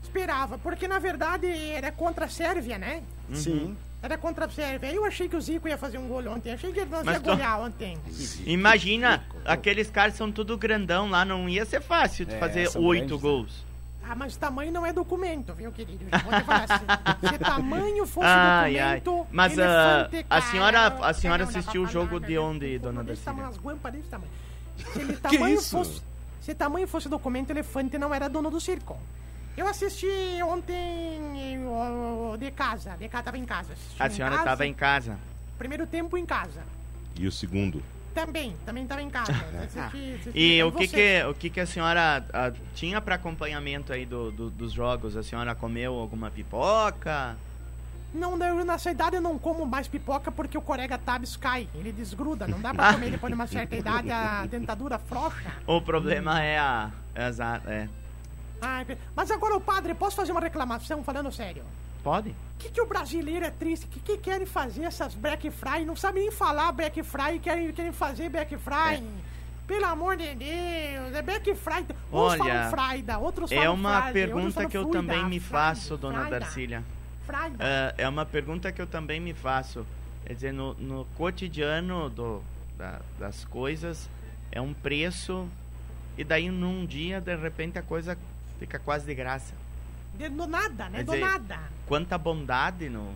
Speaker 1: Esperava, porque na verdade era contra a Sérvia, né?
Speaker 3: Sim.
Speaker 1: Era contra a Sérvia. Eu achei que o Zico ia fazer um gol ontem. Achei que ele não
Speaker 5: Mas
Speaker 1: ia
Speaker 5: tu-
Speaker 1: golear ontem.
Speaker 5: Imagina, aqueles caras são tudo grandão lá, não ia ser fácil de
Speaker 3: É,
Speaker 5: fazer
Speaker 3: são
Speaker 5: oito
Speaker 3: grandes, né?
Speaker 5: gols.
Speaker 1: Ah, mas tamanho não é documento, viu, querido? Já vou te falar assim. Se tamanho fosse
Speaker 5: Ai, ai.
Speaker 1: documento... é
Speaker 5: Mas
Speaker 1: elefante,
Speaker 5: ah, a senhora-
Speaker 1: cara,
Speaker 5: a senhora
Speaker 1: não dá pra
Speaker 5: assistiu o
Speaker 1: falar
Speaker 5: jogo
Speaker 1: nada,
Speaker 5: de
Speaker 1: um né?
Speaker 5: onde,
Speaker 1: Pô,
Speaker 5: dona
Speaker 1: mas
Speaker 5: Darcília?
Speaker 1: tamanho- as guampas desse tamanho. Se ele tamanho
Speaker 4: isso?
Speaker 1: fosse... Se tamanho fosse documento, elefante não era dono do circo. Eu assisti ontem eh, o- de casa, de casa, tava em casa. assisti
Speaker 5: A senhora
Speaker 1: casa,
Speaker 5: tava em casa.
Speaker 1: Primeiro tempo em casa.
Speaker 4: E o segundo?
Speaker 1: Também, também tava em casa. Assisti- assisti-
Speaker 5: E o que
Speaker 1: vocês-
Speaker 5: que, o que que a senhora ah, tinha pra acompanhamento aí do, do- dos jogos? A senhora comeu alguma pipoca?
Speaker 1: Não, eu, nessa idade eu não como mais pipoca porque o corega Tabs cai. Ele desgruda, não dá pra comer depois de uma certa idade, a dentadura frouxa.
Speaker 5: O problema é a... Exato, é.
Speaker 1: Ai, pe- mas agora, o padre, posso fazer uma reclamação falando sério?
Speaker 5: Pode?
Speaker 1: O que, que o brasileiro é triste? O que, que querem fazer essas Black Fry? Não sabem nem falar Black Fry, querem, querem fazer Black
Speaker 5: É.
Speaker 1: Fry. Pelo amor de Deus, é Black Fry. Uns
Speaker 5: Olha,
Speaker 1: falam Fraida, outros falam
Speaker 5: É uma
Speaker 1: Friday, outros
Speaker 5: pergunta
Speaker 1: falam
Speaker 5: que eu
Speaker 1: Fruida,
Speaker 5: também
Speaker 1: Friday,
Speaker 5: me faço, dona
Speaker 1: Friday,
Speaker 5: Darcília.
Speaker 1: Friday.
Speaker 5: Ah, é uma pergunta que eu também me faço. Quer dizer, no, no cotidiano do, da- das coisas, é um preço, e daí num dia, de repente, a coisa fica quase de graça.
Speaker 1: De- Do nada, né?
Speaker 5: Quer
Speaker 1: Do
Speaker 5: dizer,
Speaker 1: nada.
Speaker 5: Quanta bondade no.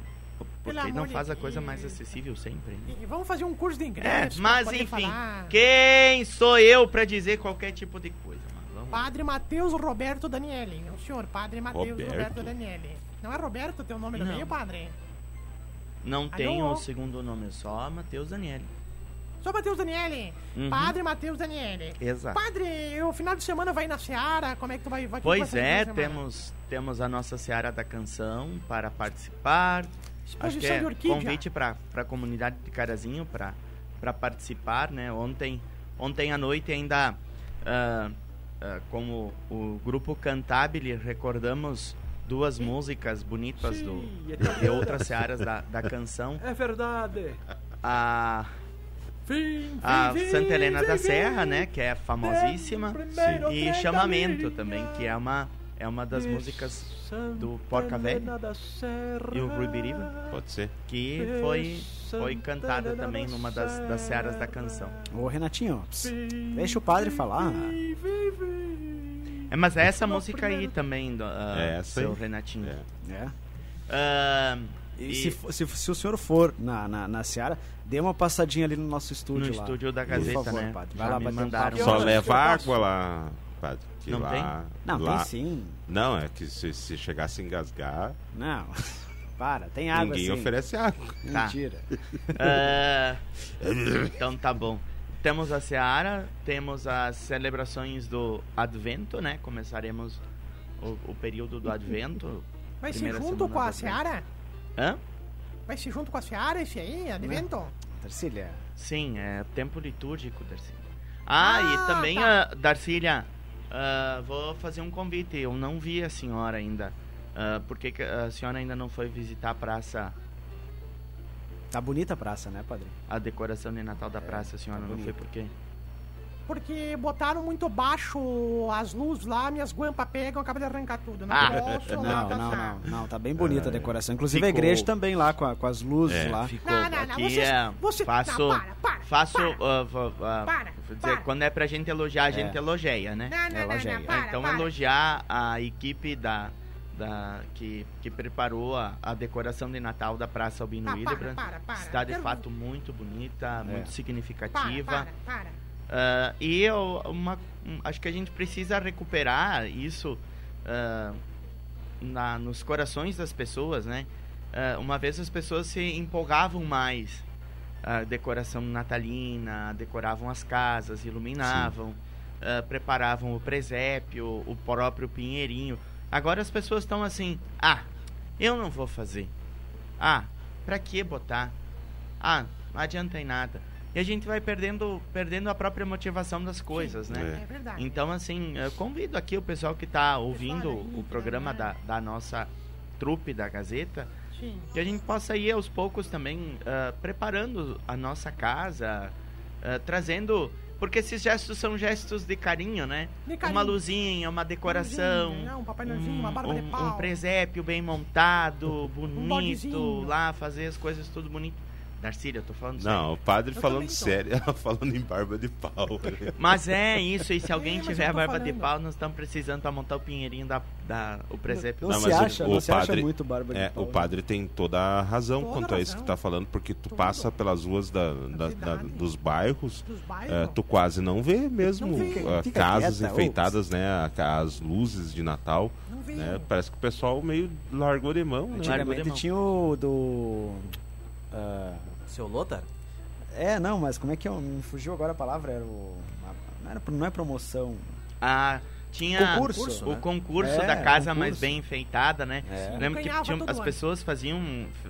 Speaker 1: Pelo
Speaker 5: Porque não
Speaker 1: amor
Speaker 5: faz
Speaker 1: de
Speaker 5: a coisa mais
Speaker 1: Deus.
Speaker 5: acessível sempre. né?
Speaker 1: E Vamos fazer um curso de inglês.
Speaker 5: É,
Speaker 1: pra
Speaker 5: mas
Speaker 1: poder
Speaker 5: enfim,
Speaker 1: falar.
Speaker 5: quem sou eu pra dizer qualquer tipo de coisa, mano? Vamos lá.
Speaker 1: Padre Matheus Roberto Daniele. É o senhor, Padre Matheus
Speaker 4: Roberto?
Speaker 1: Roberto, Daniele. Não é Roberto teu nome
Speaker 5: Não.
Speaker 1: no meio, Padre?
Speaker 5: Não tenho
Speaker 1: Alô?
Speaker 5: o segundo nome, é só Matheus Daniele.
Speaker 1: Só Matheus Daniele.
Speaker 5: Uhum. Tá.
Speaker 1: Padre Matheus Daniele.
Speaker 5: Exato.
Speaker 1: Padre, o final de semana vai na Seara? Como é que tu vai? vai que
Speaker 5: Pois
Speaker 1: tu vai
Speaker 5: é,
Speaker 1: fazer no final de semana?
Speaker 5: temos, temos a nossa Seara da Canção para participar. Acho que
Speaker 1: Exposição
Speaker 5: é
Speaker 1: de orquídea.
Speaker 5: convite para a comunidade de Carazinho para participar, né? Ontem, ontem à noite ainda, ah, ah, como o grupo Cantabile, recordamos duas músicas bonitas do, de outras searas da, da canção.
Speaker 2: É verdade.
Speaker 5: A,
Speaker 2: Fim,
Speaker 5: a Santa Helena da Serra, né? Que é famosíssima.
Speaker 4: primeiro
Speaker 5: E Chamamento também, que é uma, é uma das músicas do Porca Velha e o Rui Biriba,
Speaker 4: Pode ser?
Speaker 5: que foi, foi cantada também numa das, das searas da canção.
Speaker 3: Ô, Renatinho, pss, deixa o padre falar.
Speaker 5: É, mas é essa música aí também, do, ah,
Speaker 4: É essa
Speaker 5: seu
Speaker 4: aí.
Speaker 5: Renatinho.
Speaker 4: É.
Speaker 3: É.
Speaker 5: Ah,
Speaker 3: E,
Speaker 5: e
Speaker 3: se, fo- se, se o senhor for na, na, na Seara, dê uma passadinha ali no nosso
Speaker 5: no
Speaker 3: estúdio lá.
Speaker 5: estúdio da
Speaker 3: Por
Speaker 5: Gazeta,
Speaker 3: favor,
Speaker 5: né?
Speaker 3: padre.
Speaker 5: Já
Speaker 3: Vai lá
Speaker 5: me
Speaker 3: bater um
Speaker 5: mandaram.
Speaker 3: papo.
Speaker 4: Só
Speaker 1: horas
Speaker 4: leva
Speaker 1: que eu posso?
Speaker 4: água lá, padre. Que
Speaker 5: Não
Speaker 4: lá,
Speaker 3: Não,
Speaker 4: lá.
Speaker 3: tem sim.
Speaker 4: Não, é que se, se chegar a se engasgar,
Speaker 3: Não. Para, tem água
Speaker 4: ninguém
Speaker 3: sim.
Speaker 4: oferece água.
Speaker 5: Tá.
Speaker 3: Mentira.
Speaker 5: Ah, então tá bom. Temos a Seara, temos as celebrações do Advento, né? Começaremos o, o período do Advento.
Speaker 1: Vai ser
Speaker 5: Primeira
Speaker 1: junto
Speaker 5: semana
Speaker 1: com
Speaker 5: da
Speaker 1: a
Speaker 5: frente.
Speaker 1: Seara?
Speaker 5: Hã? Né?
Speaker 1: Vai ser junto com a Seara esse aí, Advento?
Speaker 3: Tercília.
Speaker 5: Sim, é tempo litúrgico, Darcília. Ah, e
Speaker 1: Ah,
Speaker 5: também,
Speaker 1: tá.
Speaker 5: ah, Darcília, ah, vou fazer um convite. Eu não vi a senhora ainda. Ah, por que que a senhora ainda não foi visitar a praça,
Speaker 3: Tá bonita a praça, né, padre?
Speaker 5: a decoração de Natal da praça? A senhora
Speaker 3: tá
Speaker 5: não foi
Speaker 3: bonito.
Speaker 5: por quê?
Speaker 1: Porque botaram muito baixo as luzes lá, minhas guampas pegam, acaba de arrancar tudo. né? Não
Speaker 5: Ah,
Speaker 1: posso lá
Speaker 3: Não, não,
Speaker 1: passar.
Speaker 3: não, não. Tá bem bonita a
Speaker 4: Ah,
Speaker 3: decoração. Inclusive a
Speaker 5: Ficou.
Speaker 3: igreja também lá, com, a- com as
Speaker 4: É.
Speaker 3: luzes lá.
Speaker 5: Ficou.
Speaker 1: Não, não, não.
Speaker 5: aqui
Speaker 1: Vocês,
Speaker 5: é,
Speaker 1: você,
Speaker 5: faço,
Speaker 1: não, para, para,
Speaker 5: faço,
Speaker 1: para.
Speaker 5: ah, va- va-
Speaker 1: Para,
Speaker 5: vou dizer,
Speaker 1: para.
Speaker 5: quando é pra gente elogiar, a gente
Speaker 3: É.
Speaker 5: elogia, né?
Speaker 1: Não, não, não,
Speaker 3: Elogia aí.
Speaker 1: não, para,
Speaker 5: então
Speaker 1: para.
Speaker 5: elogiar a equipe da, da que, que preparou a, a decoração de Natal da Praça Albino né?
Speaker 1: Ah, para,
Speaker 5: Hildebrand.
Speaker 1: para, para.
Speaker 5: Está de
Speaker 1: Quero-
Speaker 5: é fato muito bonita, muito
Speaker 1: Para,
Speaker 5: significativa.
Speaker 1: para, para.
Speaker 5: Ah, e eu, uma, um, acho que a gente precisa recuperar isso ah, na, nos corações das pessoas, né? Ah, uma vez as pessoas se empolgavam mais. ah, A decoração natalina, decoravam as casas, iluminavam, ah, preparavam o presépio, o próprio pinheirinho. Agora as pessoas estão assim, ah, eu não vou fazer. Ah, pra que botar? Ah, não adianta em nada. E a gente vai perdendo, perdendo a própria motivação das coisas, né?
Speaker 1: É verdade.
Speaker 5: Então, assim, eu convido aqui o pessoal que está ouvindo
Speaker 1: Pessoal, né? aí,
Speaker 5: o programa da,
Speaker 1: galera.
Speaker 5: da nossa trupe da Gazeta,
Speaker 1: Sim.
Speaker 5: que a gente possa ir aos poucos também ah, preparando a nossa casa, ah, trazendo. Porque esses gestos são gestos de carinho, né?
Speaker 1: De carinho.
Speaker 5: Uma luzinha, uma decoração.
Speaker 1: Não, um papai nozinho, uma barba de
Speaker 5: Um, um,
Speaker 1: pau. Um
Speaker 5: um presépio bem montado, bonito,
Speaker 1: bodezinho.
Speaker 5: lá fazer as coisas tudo bonito. Darcília, eu tô falando sério.
Speaker 4: Não, o padre
Speaker 1: Eu
Speaker 4: falando
Speaker 1: também tô.
Speaker 4: sério, ela falando em barba de pau.
Speaker 5: Mas é isso, e se
Speaker 1: É,
Speaker 5: alguém
Speaker 1: mas
Speaker 5: tiver
Speaker 1: eu
Speaker 5: a
Speaker 1: tô
Speaker 5: barba de
Speaker 1: falando.
Speaker 5: pau, nós estamos precisando para montar o pinheirinho da, da o presépio.
Speaker 3: Não,
Speaker 4: Não,
Speaker 3: se
Speaker 4: mas o-
Speaker 3: acha,
Speaker 4: o
Speaker 3: não se acha
Speaker 4: padre-
Speaker 3: muito barba de
Speaker 4: É,
Speaker 3: pau,
Speaker 4: o
Speaker 3: né?
Speaker 4: padre tem toda a razão
Speaker 1: Toda
Speaker 4: quanto a isso que
Speaker 1: razão.
Speaker 4: tá falando, porque tu
Speaker 1: Tudo.
Speaker 4: passa pelas ruas da- da- da-
Speaker 1: cidade.
Speaker 4: dos bairros,
Speaker 1: Dos
Speaker 4: é,
Speaker 1: bairros.
Speaker 4: tu quase não vê mesmo
Speaker 3: Não fica-
Speaker 4: ah,
Speaker 3: fica
Speaker 4: casas
Speaker 3: quieta, ô.
Speaker 4: enfeitadas, né? a- ca- As luzes de Natal.
Speaker 1: Não veio.
Speaker 4: né, Parece que o pessoal meio largou de mão, né?
Speaker 5: Largou de
Speaker 3: Antigamente
Speaker 5: mão.
Speaker 3: tinha o do... ah,
Speaker 2: Seu Lothar?
Speaker 3: é, não, mas como é que eu... Me fugiu agora a palavra, era o... Não, era, não é promoção.
Speaker 5: Ah, tinha
Speaker 3: Concurso,
Speaker 5: o
Speaker 3: né?
Speaker 5: concurso
Speaker 3: É,
Speaker 5: da casa
Speaker 3: concurso.
Speaker 5: mais bem enfeitada, né?
Speaker 3: É.
Speaker 5: Lembro que
Speaker 1: Ganhava
Speaker 5: tinham-
Speaker 1: todo
Speaker 5: as
Speaker 1: ano.
Speaker 5: pessoas faziam,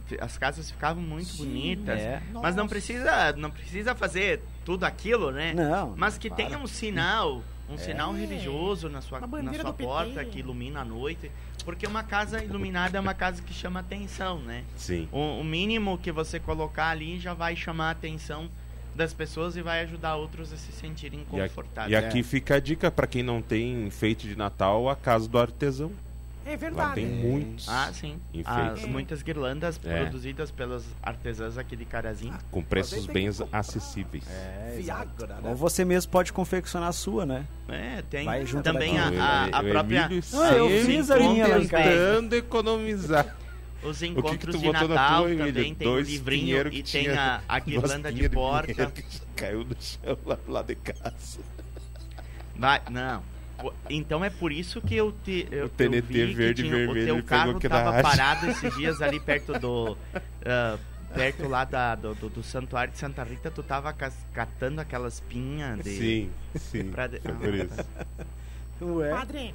Speaker 5: f- as casas ficavam muito
Speaker 1: Sim,
Speaker 5: bonitas,
Speaker 3: é.
Speaker 5: mas não
Speaker 1: Nossa.
Speaker 5: precisa, não precisa fazer tudo aquilo, né?
Speaker 3: Não.
Speaker 5: Mas que
Speaker 3: para.
Speaker 5: tenha um sinal, um sinal religioso na sua,
Speaker 1: É. Uma
Speaker 5: na
Speaker 1: bandeira
Speaker 5: sua
Speaker 1: do PT.
Speaker 5: porta que ilumina a noite. Porque uma casa iluminada é uma casa que chama atenção, né?
Speaker 4: Sim.
Speaker 5: O, o mínimo que você colocar ali já vai chamar a atenção das pessoas e vai ajudar outros a se sentirem
Speaker 4: E, a- e
Speaker 5: confortáveis. É.
Speaker 4: aqui fica a dica para quem não tem enfeite de Natal, a casa do artesão.
Speaker 1: É
Speaker 4: Lá tem
Speaker 1: verdade.
Speaker 4: muitos.
Speaker 5: Ah, sim.
Speaker 4: Enfeites.
Speaker 5: As,
Speaker 1: É.
Speaker 5: muitas guirlandas
Speaker 4: É.
Speaker 5: produzidas pelas artesãs aqui de Carazim.
Speaker 4: Com preços
Speaker 2: Mas aí
Speaker 4: bem
Speaker 2: tem que comprar.
Speaker 4: acessíveis.
Speaker 3: É, exato.
Speaker 2: Viagra,
Speaker 3: Ou
Speaker 2: né?
Speaker 3: você mesmo pode confeccionar a sua, né?
Speaker 1: Ah.
Speaker 5: É, tem
Speaker 3: Vai junto
Speaker 5: também a,
Speaker 3: daqui.
Speaker 5: a, a
Speaker 4: O
Speaker 5: própria.
Speaker 4: Então, é, Emílio
Speaker 3: Ah, eu
Speaker 4: sempre
Speaker 3: fiz a minha lá em casa.
Speaker 4: tentando economizar.
Speaker 5: Os
Speaker 4: que que
Speaker 5: encontros
Speaker 4: tu
Speaker 5: de
Speaker 4: botou na
Speaker 5: Natal
Speaker 4: tua, Emílio?
Speaker 5: também tem o
Speaker 4: Dois
Speaker 5: livrinho
Speaker 4: pinheiro que
Speaker 5: e tem
Speaker 4: tinha-
Speaker 5: a, a guirlanda de porta.
Speaker 4: Caiu no chão lá, lá de casa.
Speaker 5: Vai, não. O- Então é por isso que eu te eu,
Speaker 4: O TNT
Speaker 5: eu vi que
Speaker 4: verde e
Speaker 5: tinha-
Speaker 4: vermelho,
Speaker 5: O
Speaker 4: ele
Speaker 5: teu
Speaker 4: pegou
Speaker 5: carro
Speaker 4: que na
Speaker 5: tava
Speaker 4: racha.
Speaker 5: parado esses dias ali perto do ah, perto lá da, do, do, do santuário de Santa Rita, tu tava cas- catando aquelas pinhas de
Speaker 4: Sim, sim.
Speaker 5: É pra de-
Speaker 4: Foi por isso.
Speaker 3: Ué.
Speaker 1: Padre,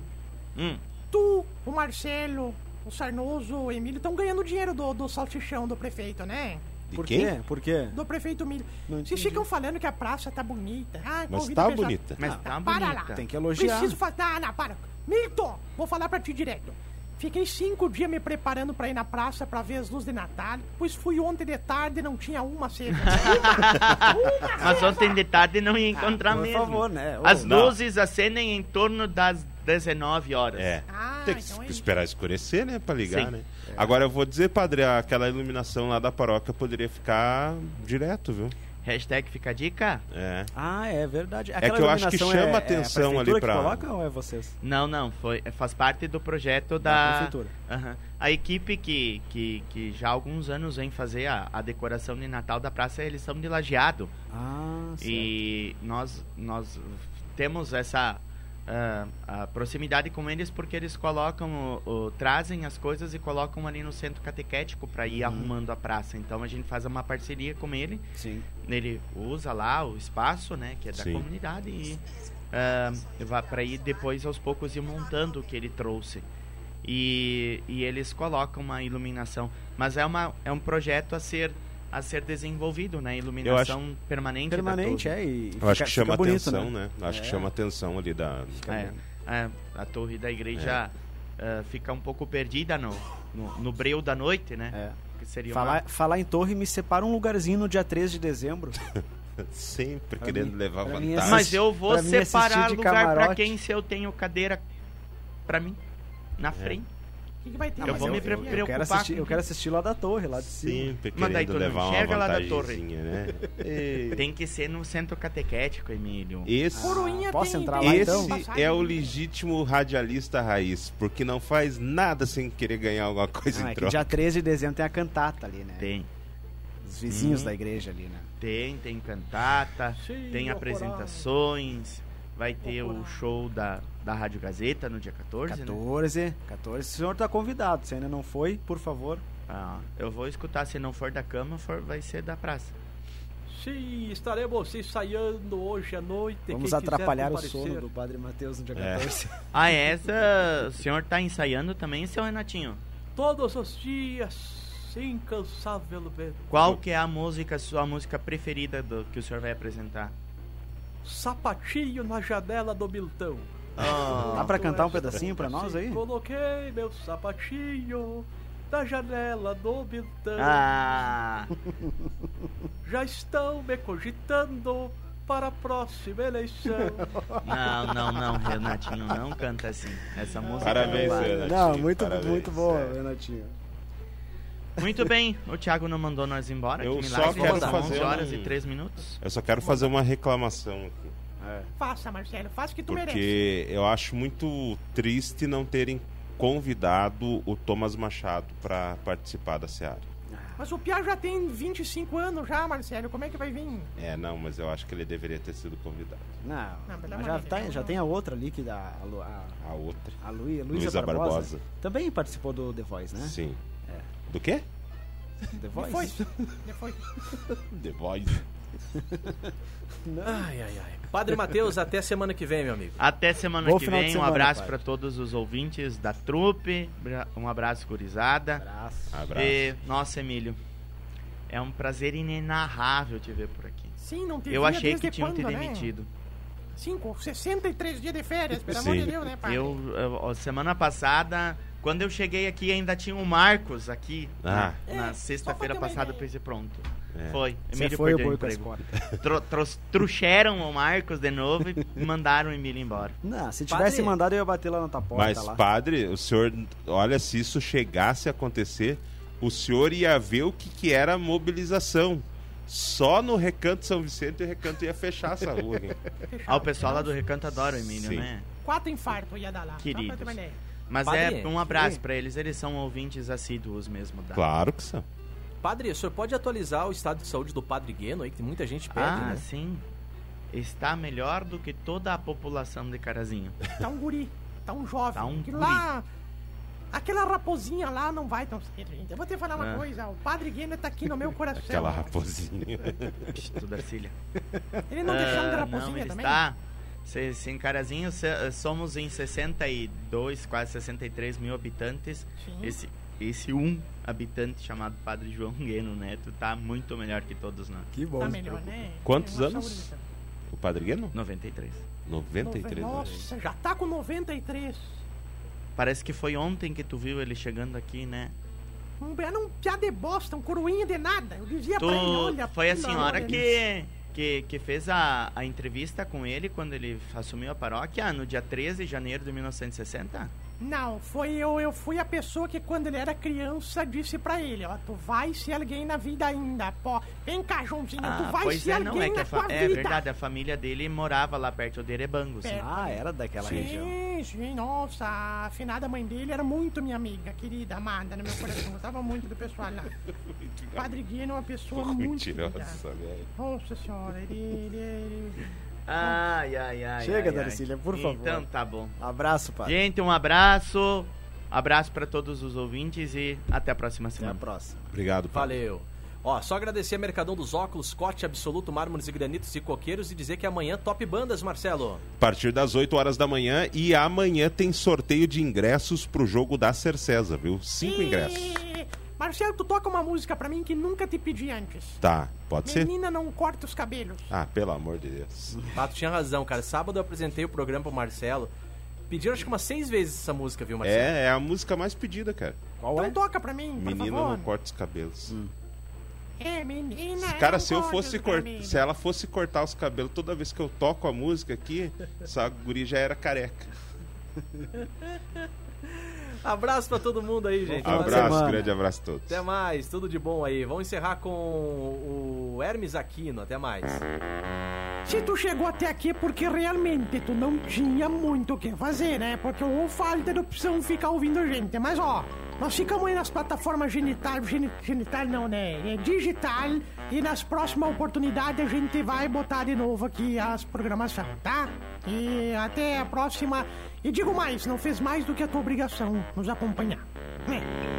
Speaker 5: Hum,
Speaker 1: tu, o Marcelo, o Sarnoso, o Emílio estão ganhando dinheiro do, do salsichão do prefeito, né?
Speaker 4: De
Speaker 3: Por
Speaker 4: quem?
Speaker 3: quê? Por quê?
Speaker 1: Do prefeito Milho.
Speaker 3: Não
Speaker 1: Vocês
Speaker 3: entendi.
Speaker 1: ficam falando que a praça tá bonita. Ah,
Speaker 4: Mas
Speaker 1: convida
Speaker 4: tá
Speaker 1: o pessoal-
Speaker 4: bonita.
Speaker 5: mas tá
Speaker 1: para lá.
Speaker 5: bonita.
Speaker 3: Tem que elogiar.
Speaker 1: Preciso fazer. Não, não, para. Milton, vou falar pra ti direto. Fiquei cinco dias me preparando pra ir na praça pra ver as luzes de Natal, pois fui ontem de tarde e não tinha uma cedo.
Speaker 5: Mas ontem de tarde não ia encontrar
Speaker 3: Por
Speaker 5: mesmo.
Speaker 3: favor, né? Ô,
Speaker 5: As
Speaker 4: Não.
Speaker 5: luzes acendem em torno das 19 horas.
Speaker 4: É.
Speaker 1: Ah,
Speaker 4: Tem que
Speaker 1: então é isso.
Speaker 4: esperar escurecer, né? Pra ligar,
Speaker 5: Sim.
Speaker 4: né? Agora eu vou dizer, padre, aquela iluminação lá da paróquia poderia ficar direto, viu?
Speaker 5: Hashtag fica a dica?
Speaker 4: É.
Speaker 3: Ah, é verdade.
Speaker 4: que eu acho que
Speaker 3: iluminação
Speaker 4: chama
Speaker 3: é,
Speaker 4: atenção
Speaker 3: é a prefeitura
Speaker 4: ali pra-
Speaker 3: que coloca ou é vocês?
Speaker 5: Não, não, foi, faz parte do
Speaker 4: Tá
Speaker 5: projeto
Speaker 3: É a
Speaker 5: da.
Speaker 3: prefeitura.
Speaker 5: Aham. A equipe que, que, que já há alguns anos vem fazer a, a decoração de Natal da praça, eles são de lajeado.
Speaker 3: Ah, certo.
Speaker 5: E nós, nós temos essa ah, a proximidade com eles porque eles colocam, o- o- trazem as coisas e colocam ali no centro catequético para ir arrumando a praça. Então a gente faz uma parceria com ele,
Speaker 3: Sim.
Speaker 5: ele usa lá o espaço, né, que é da
Speaker 4: Sim.
Speaker 5: comunidade e ah, vai para ir depois aos poucos ir montando o que ele trouxe. E, e eles colocam uma iluminação, mas é, uma, é um projeto a ser a ser desenvolvido, né? Iluminação permanente. da
Speaker 3: Permanente,
Speaker 5: torre.
Speaker 3: é. E
Speaker 4: Eu acho
Speaker 3: fica-
Speaker 4: que chama
Speaker 3: fica bonito,
Speaker 4: atenção, né? Acho que
Speaker 3: É.
Speaker 4: chama atenção ali da.
Speaker 3: Fica
Speaker 5: É.
Speaker 3: bonito.
Speaker 5: É, a torre da igreja
Speaker 3: É.
Speaker 5: eh, fica um pouco perdida no, no, no breu da noite, né?
Speaker 3: É.
Speaker 5: Que seria uma-
Speaker 3: Falar, falar em torre me separa um lugarzinho no dia 13 de dezembro.
Speaker 4: Sempre
Speaker 3: Pra
Speaker 4: querendo
Speaker 3: mim-
Speaker 4: levar
Speaker 3: pra mim é
Speaker 4: vantagem.
Speaker 5: Mas eu vou
Speaker 3: Pra mim assistir
Speaker 5: separar
Speaker 3: de
Speaker 5: lugar pra
Speaker 3: camarote.
Speaker 5: quem se eu tenho cadeira pra mim
Speaker 3: É.
Speaker 5: na frente.
Speaker 1: O que, que vai ter?
Speaker 5: Eu
Speaker 3: mas
Speaker 1: mais
Speaker 5: vou me
Speaker 1: aí?
Speaker 5: pre-
Speaker 3: eu
Speaker 5: preocupar
Speaker 3: quero assistir,
Speaker 5: com-
Speaker 3: Eu quero assistir lá da torre, lá de cima.
Speaker 4: Sempre
Speaker 5: Mas
Speaker 4: querendo
Speaker 5: daí tu não
Speaker 4: levar uma
Speaker 5: enxerga lá da torre.
Speaker 4: vantagemzinha, né?
Speaker 5: Tem que ser no centro catequético, Emílio.
Speaker 4: Esse,
Speaker 1: Coroinha
Speaker 3: Posso
Speaker 1: tem-
Speaker 3: entrar lá,
Speaker 1: tem
Speaker 4: esse
Speaker 3: então?
Speaker 1: passagem?
Speaker 4: é o legítimo radialista raiz, porque não faz nada sem querer ganhar alguma coisa
Speaker 3: Ah,
Speaker 4: em
Speaker 3: é que
Speaker 4: troca.
Speaker 3: dia 13 de dezembro tem a cantata ali, né?
Speaker 5: Tem,
Speaker 3: Os
Speaker 4: Uhum.
Speaker 3: vizinhos da igreja ali, né?
Speaker 5: tem, tem cantata,
Speaker 1: Sim,
Speaker 5: tem
Speaker 1: eu
Speaker 5: apresentações, vai ter o show da, da Rádio Gazeta no dia 14, né?
Speaker 3: 14, 14. O senhor tá convidado. Se ainda não foi, por favor.
Speaker 5: Ah, eu vou escutar, se não for da cama, for, vai ser da praça.
Speaker 2: Sim, estaremos ensaiando hoje à noite.
Speaker 3: Vamos
Speaker 2: quem quiser
Speaker 3: atrapalhar o
Speaker 2: comparecer.
Speaker 3: sono do Padre Mateus no dia
Speaker 4: É.
Speaker 3: 14.
Speaker 5: Ah, essa. O senhor tá ensaiando também, seu Renatinho?
Speaker 2: Todos os dias, incansavelmente.
Speaker 5: Qual que é a música, sua música preferida do, que o senhor vai apresentar?
Speaker 2: Sapatinho na janela do Miltão. Ah. assim,
Speaker 3: Dá pra cantar um pedacinho pra nós aí?
Speaker 2: Coloquei meu sapatinho na janela do Miltão.
Speaker 5: Ah!
Speaker 2: Já estão me cogitando para a próxima eleição.
Speaker 3: Oh,
Speaker 5: Ah. Não, não, não, Renatinho, não canta assim. Essa música.
Speaker 4: Parabéns,
Speaker 5: não vai.
Speaker 4: Renatinho.
Speaker 3: Não, muito,
Speaker 4: parabéns,
Speaker 3: muito boa,
Speaker 4: é.
Speaker 3: Renatinho.
Speaker 5: Muito bem, o Thiago não mandou nós embora.
Speaker 4: Eu
Speaker 5: que
Speaker 4: só
Speaker 5: milagre,
Speaker 4: quero
Speaker 5: já são
Speaker 4: fazer
Speaker 5: 11 horas
Speaker 4: um-
Speaker 5: e 3 minutos.
Speaker 4: Eu só quero fazer uma reclamação aqui.
Speaker 3: É.
Speaker 1: Faça, Marcelo, faça o que tu merece.
Speaker 4: Porque eu acho muito triste não terem convidado o Thomas Machado para participar da Seara.
Speaker 1: Mas o Piá já tem 25 anos já, Marcelo. Como é que vai vir?
Speaker 4: É, não, mas eu acho que ele deveria ter sido convidado.
Speaker 3: Não,
Speaker 1: Não, pelo amor
Speaker 3: mas já,
Speaker 1: de
Speaker 3: tá-
Speaker 1: Deus,
Speaker 3: já
Speaker 1: não.
Speaker 3: tem a outra ali que da a, Lu- a,
Speaker 4: A outra.
Speaker 3: a Lu- Luísa,
Speaker 4: Luísa
Speaker 3: Barbosa.
Speaker 4: Barbosa.
Speaker 3: Também participou do The Voice, né?
Speaker 4: Sim. Do quê?
Speaker 3: The Voice? Um
Speaker 1: Depois. Depois.
Speaker 4: The Voice.
Speaker 2: Ai, ai, ai. Padre Matheus, até semana que vem, meu amigo.
Speaker 5: Até semana
Speaker 3: Bom
Speaker 5: que
Speaker 3: final de
Speaker 5: vem.
Speaker 3: semana,
Speaker 5: um abraço
Speaker 3: pai.
Speaker 5: pra todos os ouvintes da trupe. bra- Um abraço, gurizada.
Speaker 3: Abraço.
Speaker 4: Abraço.
Speaker 5: E, nossa, Emílio, é um prazer inenarrável te ver por aqui.
Speaker 1: Sim, não te
Speaker 5: Eu
Speaker 1: via
Speaker 5: achei que
Speaker 1: desde
Speaker 5: tinham te
Speaker 1: quando, né?
Speaker 5: demitido.
Speaker 1: Cinco, 63 dias de férias, pelo amor
Speaker 4: Sim.
Speaker 1: de Deus, né, pai?
Speaker 5: Eu, eu- ó, semana passada, quando eu cheguei aqui, ainda tinha o Marcos aqui.
Speaker 4: Ah.
Speaker 5: Na, na
Speaker 1: É, só pra ter
Speaker 5: sexta-feira
Speaker 1: uma
Speaker 5: passada, eu
Speaker 1: ideia.
Speaker 5: pensei, pronto.
Speaker 4: É.
Speaker 5: Foi.
Speaker 3: Você
Speaker 5: Emílio
Speaker 3: foi o
Speaker 5: perdeu
Speaker 3: boi
Speaker 5: o
Speaker 3: com a
Speaker 5: emprego.
Speaker 3: escola.
Speaker 5: Tro, tros- truxeram o Marcos de novo e mandaram o Emílio embora.
Speaker 3: Não, se
Speaker 2: Padre-
Speaker 3: tivesse mandado eu ia bater lá na tua porta.
Speaker 4: Mas,
Speaker 3: lá.
Speaker 4: padre, o senhor, olha, se isso chegasse a acontecer, o senhor ia ver o que, que era a mobilização. Só no Recanto São Vicente o Recanto ia fechar essa rua. hein?
Speaker 5: Ah, o pessoal lá do Recanto adora o Emílio,
Speaker 4: Sim.
Speaker 5: né?
Speaker 1: Quatro infartos ia dar lá. Só pra ter uma
Speaker 5: Queridos.
Speaker 1: ideia.
Speaker 5: Mas
Speaker 2: Padre,
Speaker 5: é um abraço
Speaker 2: sim.
Speaker 5: pra eles, eles são ouvintes assíduos mesmo. Da...
Speaker 4: Claro que são.
Speaker 2: Padre, o senhor pode atualizar o estado de saúde do Padre Gueno aí, que muita gente pede,
Speaker 5: Ah,
Speaker 2: né?
Speaker 5: sim. Está melhor do que toda a população de Carazinho.
Speaker 1: Tá um guri, tá um jovem.
Speaker 5: Tá um
Speaker 1: Aquilo Lá, aquela raposinha lá não vai tão cedo, gente. Eu vou te falar uma
Speaker 5: Ah.
Speaker 1: coisa. O Padre Guena tá aqui no meu coração.
Speaker 4: Aquela raposinha.
Speaker 5: Psst, Tudo Darcília.
Speaker 1: Ele não deixou de
Speaker 5: Ah,
Speaker 1: raposinha
Speaker 5: não, ele
Speaker 1: também?
Speaker 5: está. Se, se em Carazinho se- somos em 62, quase 63 mil habitantes.
Speaker 1: Sim. tá
Speaker 5: Esse, esse um habitante chamado Padre João Gueno Neto tá muito melhor que todos nós.
Speaker 3: Que bom.
Speaker 1: Tá melhor, né?
Speaker 4: Quantos
Speaker 1: Tem uma
Speaker 4: anos?
Speaker 1: saúde, então.
Speaker 4: O Padre Gueno?
Speaker 5: 93.
Speaker 4: 93 anos.
Speaker 1: Nossa, já tá com 93.
Speaker 5: Parece que foi ontem que tu viu ele chegando aqui, né?
Speaker 1: é Um, era um piá de bosta, um coroinha de nada. Eu dizia pra ele,
Speaker 5: Tu,
Speaker 1: olha...
Speaker 5: foi a
Speaker 1: pelo
Speaker 5: senhora
Speaker 1: amor de
Speaker 5: que, que que, que fez a, a entrevista com ele quando ele assumiu a paróquia no dia 13 de janeiro de 1960?
Speaker 1: Não, foi eu, eu fui a pessoa que quando ele era criança disse pra ele, ó, tu vai ser alguém na vida ainda, pô. Vem cá, Joãozinho, tu vai
Speaker 5: pois
Speaker 1: ser
Speaker 5: é,
Speaker 1: alguém
Speaker 5: não é que
Speaker 1: na
Speaker 5: a fa-
Speaker 1: tua
Speaker 5: é
Speaker 1: vida. É.
Speaker 5: verdade, a família dele morava lá perto de Erebango, sim.
Speaker 3: Ah, era daquela região.
Speaker 1: Sim, sim, nossa, a afinada mãe dele era muito minha amiga, querida, amada no meu coração. Gostava muito do pessoal lá. O Padre Guino é uma pessoa muito. querida.
Speaker 4: Mentirosa, velho.
Speaker 1: Nossa senhora, ele. ele, ele...
Speaker 5: Ai, ai, ai.
Speaker 3: Chega,
Speaker 5: ai, ai.
Speaker 3: Darcília, por favor.
Speaker 5: Então tá bom.
Speaker 3: Abraço, pai.
Speaker 5: Gente, um abraço. Abraço pra todos os ouvintes e até a próxima
Speaker 3: Até a
Speaker 5: semana.
Speaker 3: próxima.
Speaker 4: Obrigado, Paulo.
Speaker 2: Valeu. Ó, só agradecer a Mercadão dos Óculos, Corte Absoluto, Mármores e Granitos e Coqueiros e dizer que amanhã top bandas, Marcelo.
Speaker 4: A partir das 8 horas da manhã e amanhã tem sorteio de ingressos pro jogo da Cercesa, viu? Cinco ingressos.
Speaker 1: Ih, Marcelo, tu toca uma música pra mim que nunca te pedi antes.
Speaker 4: Tá, pode ser?
Speaker 1: Menina não corta os cabelos.
Speaker 4: Ah, pelo amor de Deus.
Speaker 2: Pato Ah, tinha razão, cara. Sábado eu apresentei o programa pro Marcelo. Pediram acho que umas seis vezes essa música, viu, Marcelo?
Speaker 4: É, é a música mais pedida, cara.
Speaker 3: Qual
Speaker 1: Então
Speaker 3: é?
Speaker 1: toca pra mim, por
Speaker 4: Menina
Speaker 1: favor.
Speaker 4: não corta os cabelos.
Speaker 2: Hum.
Speaker 1: É, menina.
Speaker 4: Cara,
Speaker 1: não
Speaker 4: se eu
Speaker 1: corta
Speaker 4: fosse
Speaker 1: os
Speaker 4: cor-
Speaker 1: cabelos.
Speaker 4: se ela fosse cortar os cabelos toda vez que eu toco a música aqui, essa guri já era careca.
Speaker 2: Abraço pra todo mundo aí, gente.
Speaker 3: final de
Speaker 4: Abraço,
Speaker 3: semana.
Speaker 4: grande abraço a todos.
Speaker 2: Então, Até mais, tudo de bom aí. Vamos encerrar com o Hermes Aquino. Até mais.
Speaker 1: Se tu chegou até aqui é porque realmente tu não tinha muito o que fazer, né? Porque ou falta de opção ficar ouvindo a gente. Mas ó, nós ficamos aí nas plataformas genital, geni- genital não, né? É digital. E nas próximas oportunidades a gente vai botar de novo aqui as programações, tá? E até a próxima. E digo mais, não fez mais do que a tua obrigação nos acompanhar. Né?